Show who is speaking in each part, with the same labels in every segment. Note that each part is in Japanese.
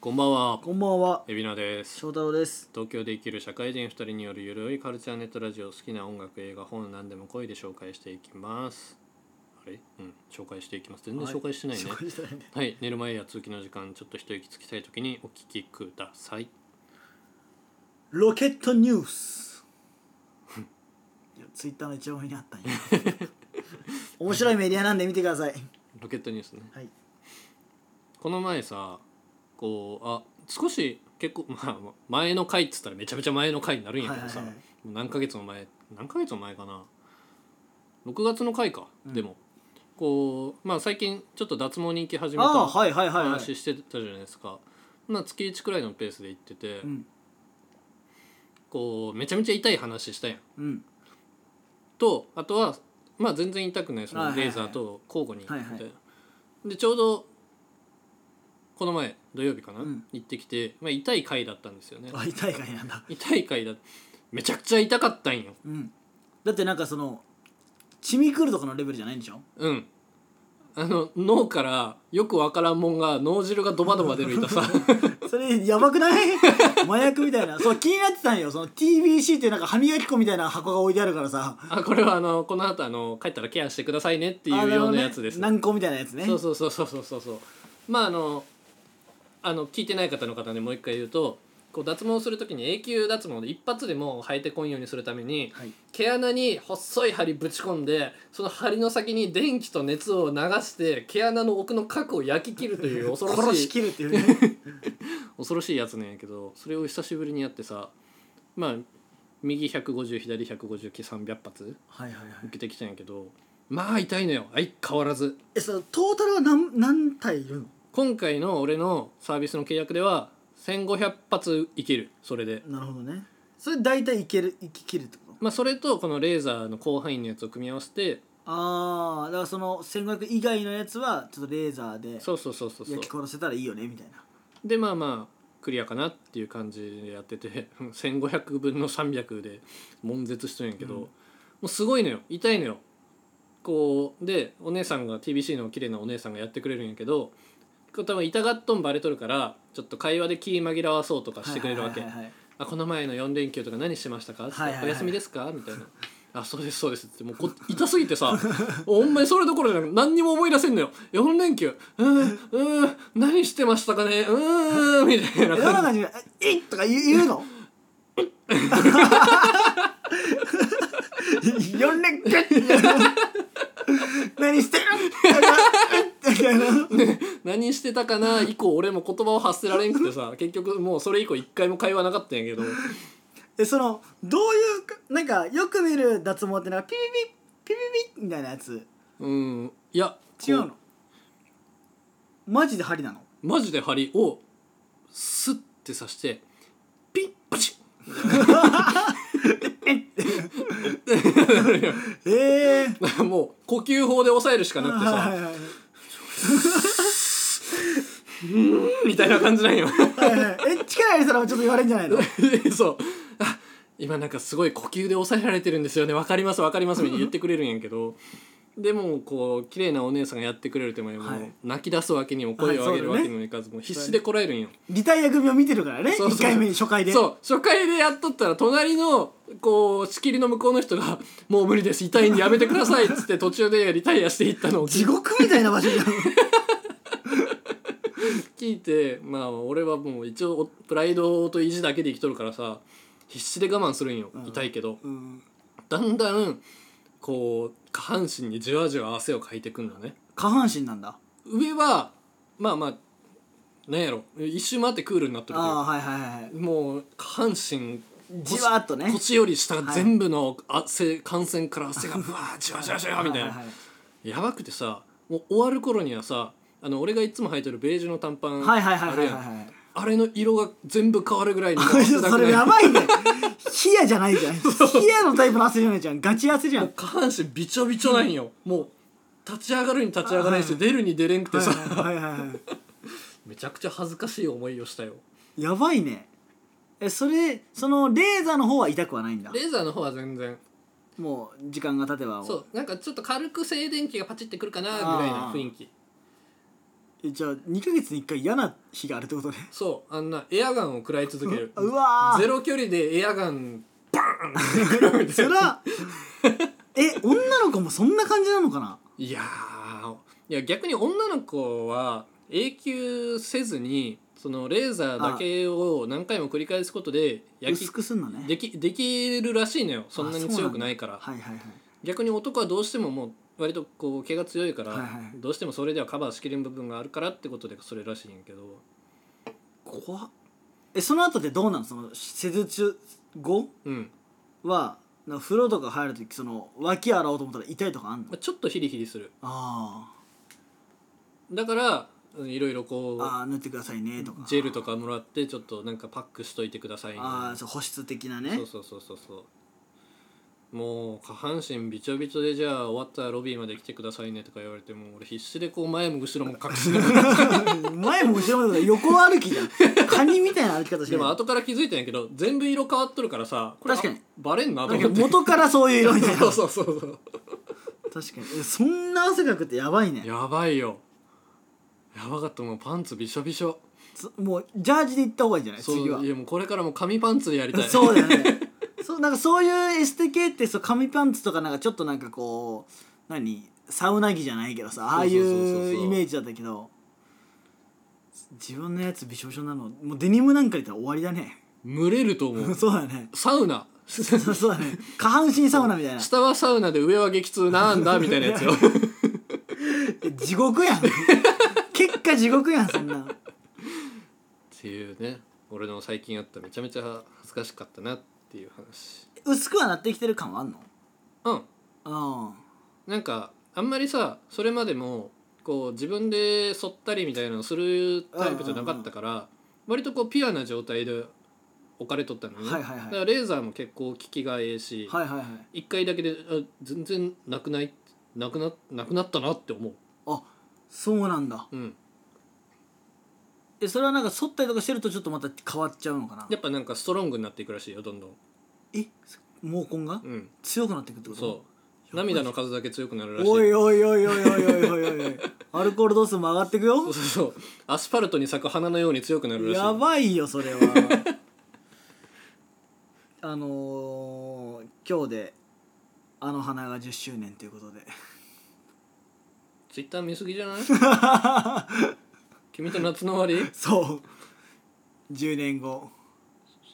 Speaker 1: こんばんは。
Speaker 2: こんばんは、
Speaker 1: エビナです。
Speaker 2: 翔太郎です。
Speaker 1: 東京で生きる社会人2人によるゆるいカルチャーネットラジオ好きな音楽映画本何でも恋で紹介していきますあれうん紹介していきます全然紹介してないね
Speaker 2: 紹介してないね
Speaker 1: はい、寝る前や通勤の時間ちょっと一息つきたい時にお聞きください
Speaker 2: ロケットニュー ス。いやツイッターの一番上にあったんや。面白いメディアなんで見てください。
Speaker 1: ロケットニュースね
Speaker 2: はい。
Speaker 1: この前さこうあ少し結構まあ前の回っつったらめちゃめちゃ前の回になるんやけどさ、
Speaker 2: はいはいはい
Speaker 1: もう何ヶ月も前何ヶ月も前かな6月の回か、
Speaker 2: うん
Speaker 1: でもこうまあ最近ちょっと脱毛人気始め
Speaker 2: ああ
Speaker 1: た
Speaker 2: ー、はいはいはい、はい。
Speaker 1: 話してたじゃないですか、まあ月1くらいのペースで行ってて、
Speaker 2: うん。
Speaker 1: こうめちゃめちゃ痛い話したやん
Speaker 2: うん。
Speaker 1: とあとはまあ全然痛くないそ
Speaker 2: はい
Speaker 1: の
Speaker 2: はいは
Speaker 1: レ
Speaker 2: い
Speaker 1: ーザーと交互に
Speaker 2: はいはい
Speaker 1: みたいなでちょうどこの前土曜日かな、
Speaker 2: うん
Speaker 1: 行ってきて、まあ、痛い回だったんですよね
Speaker 2: あ、痛いかいなんだ。
Speaker 1: 痛い回だめちゃくちゃ痛かったんよ
Speaker 2: うん。だってなんかその、血みくるとかのレベルじゃないんでしょ
Speaker 1: うんあの脳からよくわからんもんが脳汁がドバドバ出る痛 さ
Speaker 2: それやばくない 麻薬みたいなそう気になってたんよその TBC っていうなんか歯磨き粉みたいな箱が置いてあるからさ
Speaker 1: あこれはあのこの後あの帰ったらケアしてくださいねって
Speaker 2: あ
Speaker 1: いう
Speaker 2: なる
Speaker 1: よ
Speaker 2: ほ
Speaker 1: う
Speaker 2: ど
Speaker 1: な
Speaker 2: ね
Speaker 1: やつです
Speaker 2: 軟膏みたいなやつね
Speaker 1: そうそうそうそうそうそうそうまああのあの聞いてない方の方にもう一回言うとこう脱毛する時に永久脱毛で一発でもう生えてこんようにするために
Speaker 2: はい、
Speaker 1: 毛穴に細い針ぶち込んでその針の先に電気と熱を流して毛穴の奥の核を焼き切るという恐ろ
Speaker 2: 殺
Speaker 1: し
Speaker 2: し
Speaker 1: い
Speaker 2: きるっていうね
Speaker 1: 恐ろしいやつなんやけどそれを久しぶりにやってさまあ右150左150毛300発
Speaker 2: はいはいはい
Speaker 1: 受けてきたんやけどまあ痛いのよ相変わらず。
Speaker 2: えそのトータルは何何体いるの
Speaker 1: 今回の俺のサービスの契約では1500発いけるそれで
Speaker 2: なるほどねそれ大体いけるいききるってこと
Speaker 1: まあそれとこのレーザーの広範囲のやつを組み合わせて
Speaker 2: ああだからその1500以外のやつはちょっとレーザーで
Speaker 1: そうそうそうそうそう
Speaker 2: 焼き殺せたらいいよねみたいな
Speaker 1: でまあまあクリアかなっていう感じでやってて 1500分の300で悶絶しとんやけど、
Speaker 2: うん
Speaker 1: もうすごいのよ痛いのよこうでお姉さんが TBC の綺麗なお姉さんがやってくれるんやけどこう多分痛がっとんバレとるからちょっと会話で気紛らわそうとかしてくれるわけ、
Speaker 2: はいはいはいはい
Speaker 1: あこの前の4連休とか何してましたか?」
Speaker 2: はいはいはい
Speaker 1: お休みですか?」みた いな「あそうですそうです」ってもうこ痛すぎてさほんまにそれどころじゃなく何にも思い出せんのよ4連休うーんうーん何してましたかねうーんみたいな
Speaker 2: え世の
Speaker 1: 感
Speaker 2: 中に「えいっ!」とか言う言うの 四連ガッ 何してる みたいな
Speaker 1: じ何してたかな以降俺も言葉を発せられんくてさ結局もうそれ以降一回も会話なかったんやけど
Speaker 2: えそのどういうかなんかよく見る脱毛ってなんかピピピピピピみたいなやつ
Speaker 1: うんいや
Speaker 2: 違う
Speaker 1: こ
Speaker 2: のマジで針なの
Speaker 1: マジで針をスッて刺してピッパチッ
Speaker 2: ええ ー、
Speaker 1: もう呼吸法で抑えるしかなくてさ
Speaker 2: はいはい
Speaker 1: みたいな感じなんよ
Speaker 2: はいはいえ力入れたらもうちょっと言われるんじゃないの
Speaker 1: そうあ今なんかすごい呼吸で抑えられてるんですよねわかりますわかりますみたいに言ってくれるんやけ どでもこう綺麗なお姉さんがやってくれるってもう
Speaker 2: はい
Speaker 1: 泣き出すわけにも声を上げるわけにもいかずもう必死でこらえるんよ。
Speaker 2: リタイア組を見てるからね
Speaker 1: そうそう
Speaker 2: 一回目に初回で
Speaker 1: そう初回でやっとったら隣のこう仕切りの向こうの人が「もう無理です痛いんでやめてくだ さい」っつって途中でリタイアしていったのを
Speaker 2: 地
Speaker 1: 聞
Speaker 2: 獄みたいな場所じ ゃん
Speaker 1: いてまあ俺はもう一応プライドと意地だけで生きとるからさ必死で我慢するんよ痛いけど。
Speaker 2: うん
Speaker 1: だんだんこう下半身にじわじわ汗をかいてくんのね
Speaker 2: 下半身なんだ
Speaker 1: 上はまあまあなんやろ一周回ってクールになってるという
Speaker 2: ああ
Speaker 1: か
Speaker 2: はいはいはいはい
Speaker 1: もう下半身
Speaker 2: じわーっとね
Speaker 1: 腰より下が
Speaker 2: はい
Speaker 1: 全部の汗感染から汗がぶわーじわじわじわみたい
Speaker 2: は
Speaker 1: な
Speaker 2: は
Speaker 1: やばくてさもう終わる頃にはさあの俺がいつも履いてるベージュの短パン
Speaker 2: はいはいは
Speaker 1: あ
Speaker 2: いは
Speaker 1: る
Speaker 2: い
Speaker 1: やん
Speaker 2: はい
Speaker 1: あれの色が全部変わるぐらいにもう
Speaker 2: はい
Speaker 1: 汗だく
Speaker 2: それ
Speaker 1: な
Speaker 2: や
Speaker 1: る
Speaker 2: ばいね 冷やじゃないじゃん冷やのタイプの汗じゃないじゃんガチ汗じゃ
Speaker 1: も
Speaker 2: ん
Speaker 1: う下半身びちょびちょなんよもう立ち上がるに立ち上がれんし、出るに出れんくてさ、
Speaker 2: はいはいはいはい
Speaker 1: めちゃくちゃ恥ずかしい思いをしたよ
Speaker 2: やばいねえそれそのレーザーの方は痛くはないんだ
Speaker 1: レーザーの方は全然
Speaker 2: もう時間が経てば
Speaker 1: そうなんかちょっと軽く静電気がパチってくるかなぐらいな雰囲気
Speaker 2: えじゃあ2ヶ月に1回嫌な日があるってことね
Speaker 1: そうあんなエアガンを食らい続ける
Speaker 2: うわー
Speaker 1: ゼロ距離でエアガンバーンって
Speaker 2: そ
Speaker 1: 食らうみたいな
Speaker 2: らえ女の子もそんな感じなのかない
Speaker 1: やーいや逆に女の子は永久せずにそのレーザーだけを何回も繰り返すことで焼き
Speaker 2: 薄くすんのね
Speaker 1: できできるらしいのよそんなに
Speaker 2: あそう
Speaker 1: 強
Speaker 2: んだ
Speaker 1: くないから
Speaker 2: はいはいはい
Speaker 1: 逆に男はどうしてももう割とこう毛が強いから、
Speaker 2: はいはい
Speaker 1: どうしてもそれではカバーしきれん部分があるからってことでそれらしいんやけど
Speaker 2: 怖っえその後ってどうなのその施術後
Speaker 1: うん、
Speaker 2: はなんか風呂とか入る時その脇洗おうと思ったら痛いとかあんの
Speaker 1: まあ、ちょっとヒリヒリする
Speaker 2: あ
Speaker 1: だからうんいろいろこう
Speaker 2: ーあー塗ってくださいねとか
Speaker 1: ジェルとかもらってちょっとなんかパックしといてくださいみたいな
Speaker 2: ああそう保湿的なね
Speaker 1: そうそうそうそうそうもう下半身びちょびちょでじゃあ終わったらロビーまで来てくださいねとか言われてもう俺必死でこう前も後ろも隠しながら
Speaker 2: 前も後ろもだから横歩きじゃんカニみたいな歩き方して
Speaker 1: で
Speaker 2: る
Speaker 1: も後から気づいたんやけど全部色変わっとるからさこれ
Speaker 2: 確かに
Speaker 1: あバレんなと
Speaker 2: なん
Speaker 1: 思
Speaker 2: か
Speaker 1: っ て
Speaker 2: 元からそういう色みたい
Speaker 1: そ
Speaker 2: な
Speaker 1: うそうそうそう
Speaker 2: 確かにえそんな汗かくってやばいね
Speaker 1: やばいよやばかったもうパンツびしょびしょ
Speaker 2: つもうジャージで行った方がいいんじゃない
Speaker 1: そう
Speaker 2: 次はい
Speaker 1: やもうこれからもう紙パンツでやりたい
Speaker 2: そうだ よねそうなんかそういうエステ系ってそう紙パンツとかなんかちょっとなんかこう何サウナ着じゃないけどさああい
Speaker 1: そうそうそうそう
Speaker 2: うイメージだったけど自分のやつびしょびしょなのもうデニムなんかにいたら終わりだね
Speaker 1: 蒸れると思う
Speaker 2: そうだね
Speaker 1: サウナ
Speaker 2: そうそうだね下半身サウナみたいな
Speaker 1: 下はサウナで上は激痛なんだみたいな やつよ
Speaker 2: 地獄やん 結果地獄やんそんな
Speaker 1: っていうね俺の最近あっためちゃめちゃ恥ずかしかったなっていう話
Speaker 2: 薄くはなってきてる感はあんの
Speaker 1: うん
Speaker 2: あ
Speaker 1: なんかあんまりさそれまでもこう自分で剃ったりみたいなのするタイプじゃなかったから割とこうピュアな状態で置かれとったのね、
Speaker 2: はいはいはい
Speaker 1: だからレーザーも結構効きがええし、
Speaker 2: あはいはいはい
Speaker 1: 一1回だけであ全然なくないなくななくなったなって思う
Speaker 2: あそうなんだ
Speaker 1: うん
Speaker 2: えそれはなんか剃ったりとかしてるとちょっとまた変わっちゃうのかな
Speaker 1: やっぱなんかストロングになっていくらしいよどんどん
Speaker 2: え毛根が
Speaker 1: うん
Speaker 2: 強くなってくってこと
Speaker 1: そう涙の数だけ強くなるらしい
Speaker 2: おいおいおいおいおいおいおいおいアルコール度数も上がって
Speaker 1: そ
Speaker 2: くよ
Speaker 1: うそうそうアスファルトに咲く花のように強くなるらしい
Speaker 2: やばいよそれは あのー、今日であの花が10周年ということで
Speaker 1: ツイッター見すぎじゃない 君と夏の終わり
Speaker 2: そう10年後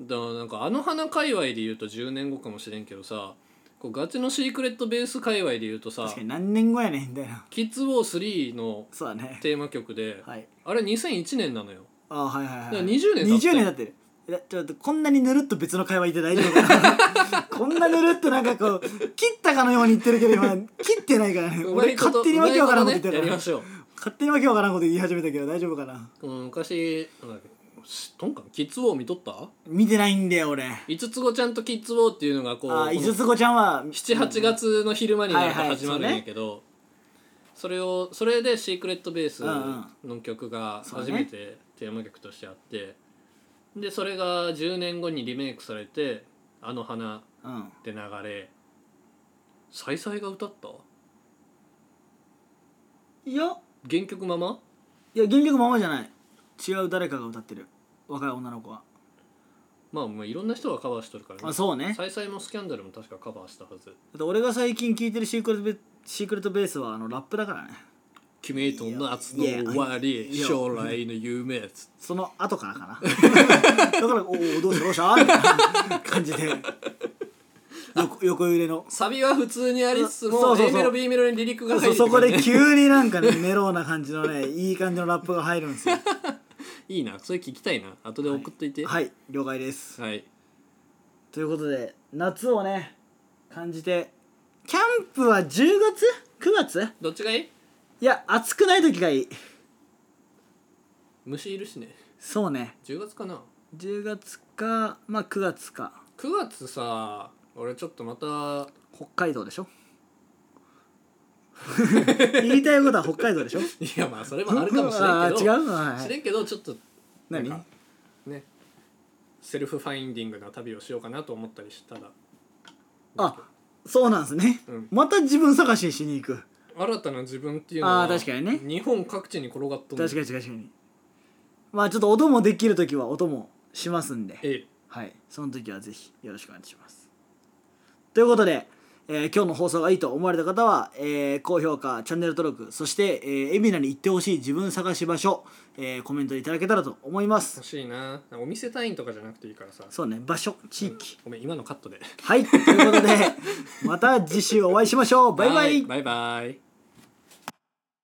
Speaker 1: だからなんかあの花界隈で言うと10年後かもしれんけどさこうガチのシークレットベース界隈で言うとさ
Speaker 2: 確かに何年後やねんみたいな
Speaker 1: 「キッズウォー3」の
Speaker 2: そうだね
Speaker 1: テーマ曲で、
Speaker 2: はい
Speaker 1: あれ2001年なのよ
Speaker 2: あはいはいはい
Speaker 1: だから20年経った
Speaker 2: 20年経ってるいやちょっとこんなにぬるっと別の会話いて大丈夫か なこんなぬるっとなんかこう切ったかのように言ってるけど今切ってないからね
Speaker 1: うま
Speaker 2: 俺
Speaker 1: いこと
Speaker 2: 勝手にわけわからんこと
Speaker 1: うまい
Speaker 2: 言っ
Speaker 1: ね
Speaker 2: てる
Speaker 1: や
Speaker 2: か
Speaker 1: り
Speaker 2: ら
Speaker 1: ましょう
Speaker 2: 勝手にわけわからんこと言い始めたけど大丈夫かな
Speaker 1: この昔なんだっけしどんかんキッズウォー見とった
Speaker 2: 見てないんだよ俺
Speaker 1: 五つ子ちゃんとキッズウォーっていうのがこう
Speaker 2: あ
Speaker 1: こ
Speaker 2: い
Speaker 1: の
Speaker 2: つつこちゃんは
Speaker 1: 78月の昼間になると
Speaker 2: はいはい
Speaker 1: 始まるんやけど、それをそれでシークレットベースの曲が
Speaker 2: そうね
Speaker 1: 初めてテーマ曲としてあってでそれが10年後にリメイクされて「あの花
Speaker 2: うん」
Speaker 1: で流れサイサイが歌った
Speaker 2: いや
Speaker 1: 原曲まま
Speaker 2: いや原曲ままじゃない違う誰かが歌ってる若い女の子は
Speaker 1: まあもういろんな人がカバーしとるから
Speaker 2: あそうね
Speaker 1: サイサイもスキャンダルも確かカバーしたはず
Speaker 2: だって俺が最近聴いてるシークレットベシークレットベースはあのラップだからね
Speaker 1: 「君と夏の終わり
Speaker 2: いや
Speaker 1: 将来の夢」つって
Speaker 2: その後からか なだから「おおどうしたどうした?」みたいな感じで横横揺れの
Speaker 1: サビは普通にありつつ
Speaker 2: そ
Speaker 1: も
Speaker 2: うそうそう
Speaker 1: A メロ B メロに離陸が入
Speaker 2: そ
Speaker 1: ってく
Speaker 2: うそ
Speaker 1: る
Speaker 2: こ
Speaker 1: ね
Speaker 2: で急になんかねメロウな感じのねいい感じのラップが入るんですよ
Speaker 1: いいなそれ聞きたいな後で送っていてはい、
Speaker 2: はい了解ですということで夏をね感じてキャンプは10月 ?9 月
Speaker 1: どっちがいい
Speaker 2: いや暑くない時がいい
Speaker 1: 虫いるしね
Speaker 2: そうね
Speaker 1: 10月かな
Speaker 2: 10月かまあ9月か
Speaker 1: 9月さ俺ちょっとまた
Speaker 2: 北海道でしょ 言いたいことは北海道でしょ
Speaker 1: いやまあそれもあるかもしれんけど
Speaker 2: あー違うはい
Speaker 1: 知れんけどちょっと
Speaker 2: 何
Speaker 1: なんかねセルフファインディングな旅をしようかなと思ったりしたら
Speaker 2: あそうなんですね、
Speaker 1: うん
Speaker 2: また自分探しにしに行く
Speaker 1: 新たな自分っていうのは
Speaker 2: あー確かにね
Speaker 1: 日本各地に転がっとんねん
Speaker 2: 確かに確かにまあちょっと音もできる時は音もしますんで
Speaker 1: ええ
Speaker 2: はいその時はぜひよろしくお願いしますということで、えー今日の放送がいいと思われた方は、えー高評価チャンネル登録そして、えー、海老名に行ってほしい自分探し場所、えーコメントいただけたらと思います
Speaker 1: 欲しいなお店単位とかじゃなくていいからさ
Speaker 2: そうね場所地域
Speaker 1: ごめん今のカットで
Speaker 2: はいということでまた次週お会いしましょうバイバ
Speaker 1: は
Speaker 2: イ
Speaker 1: いバイバイ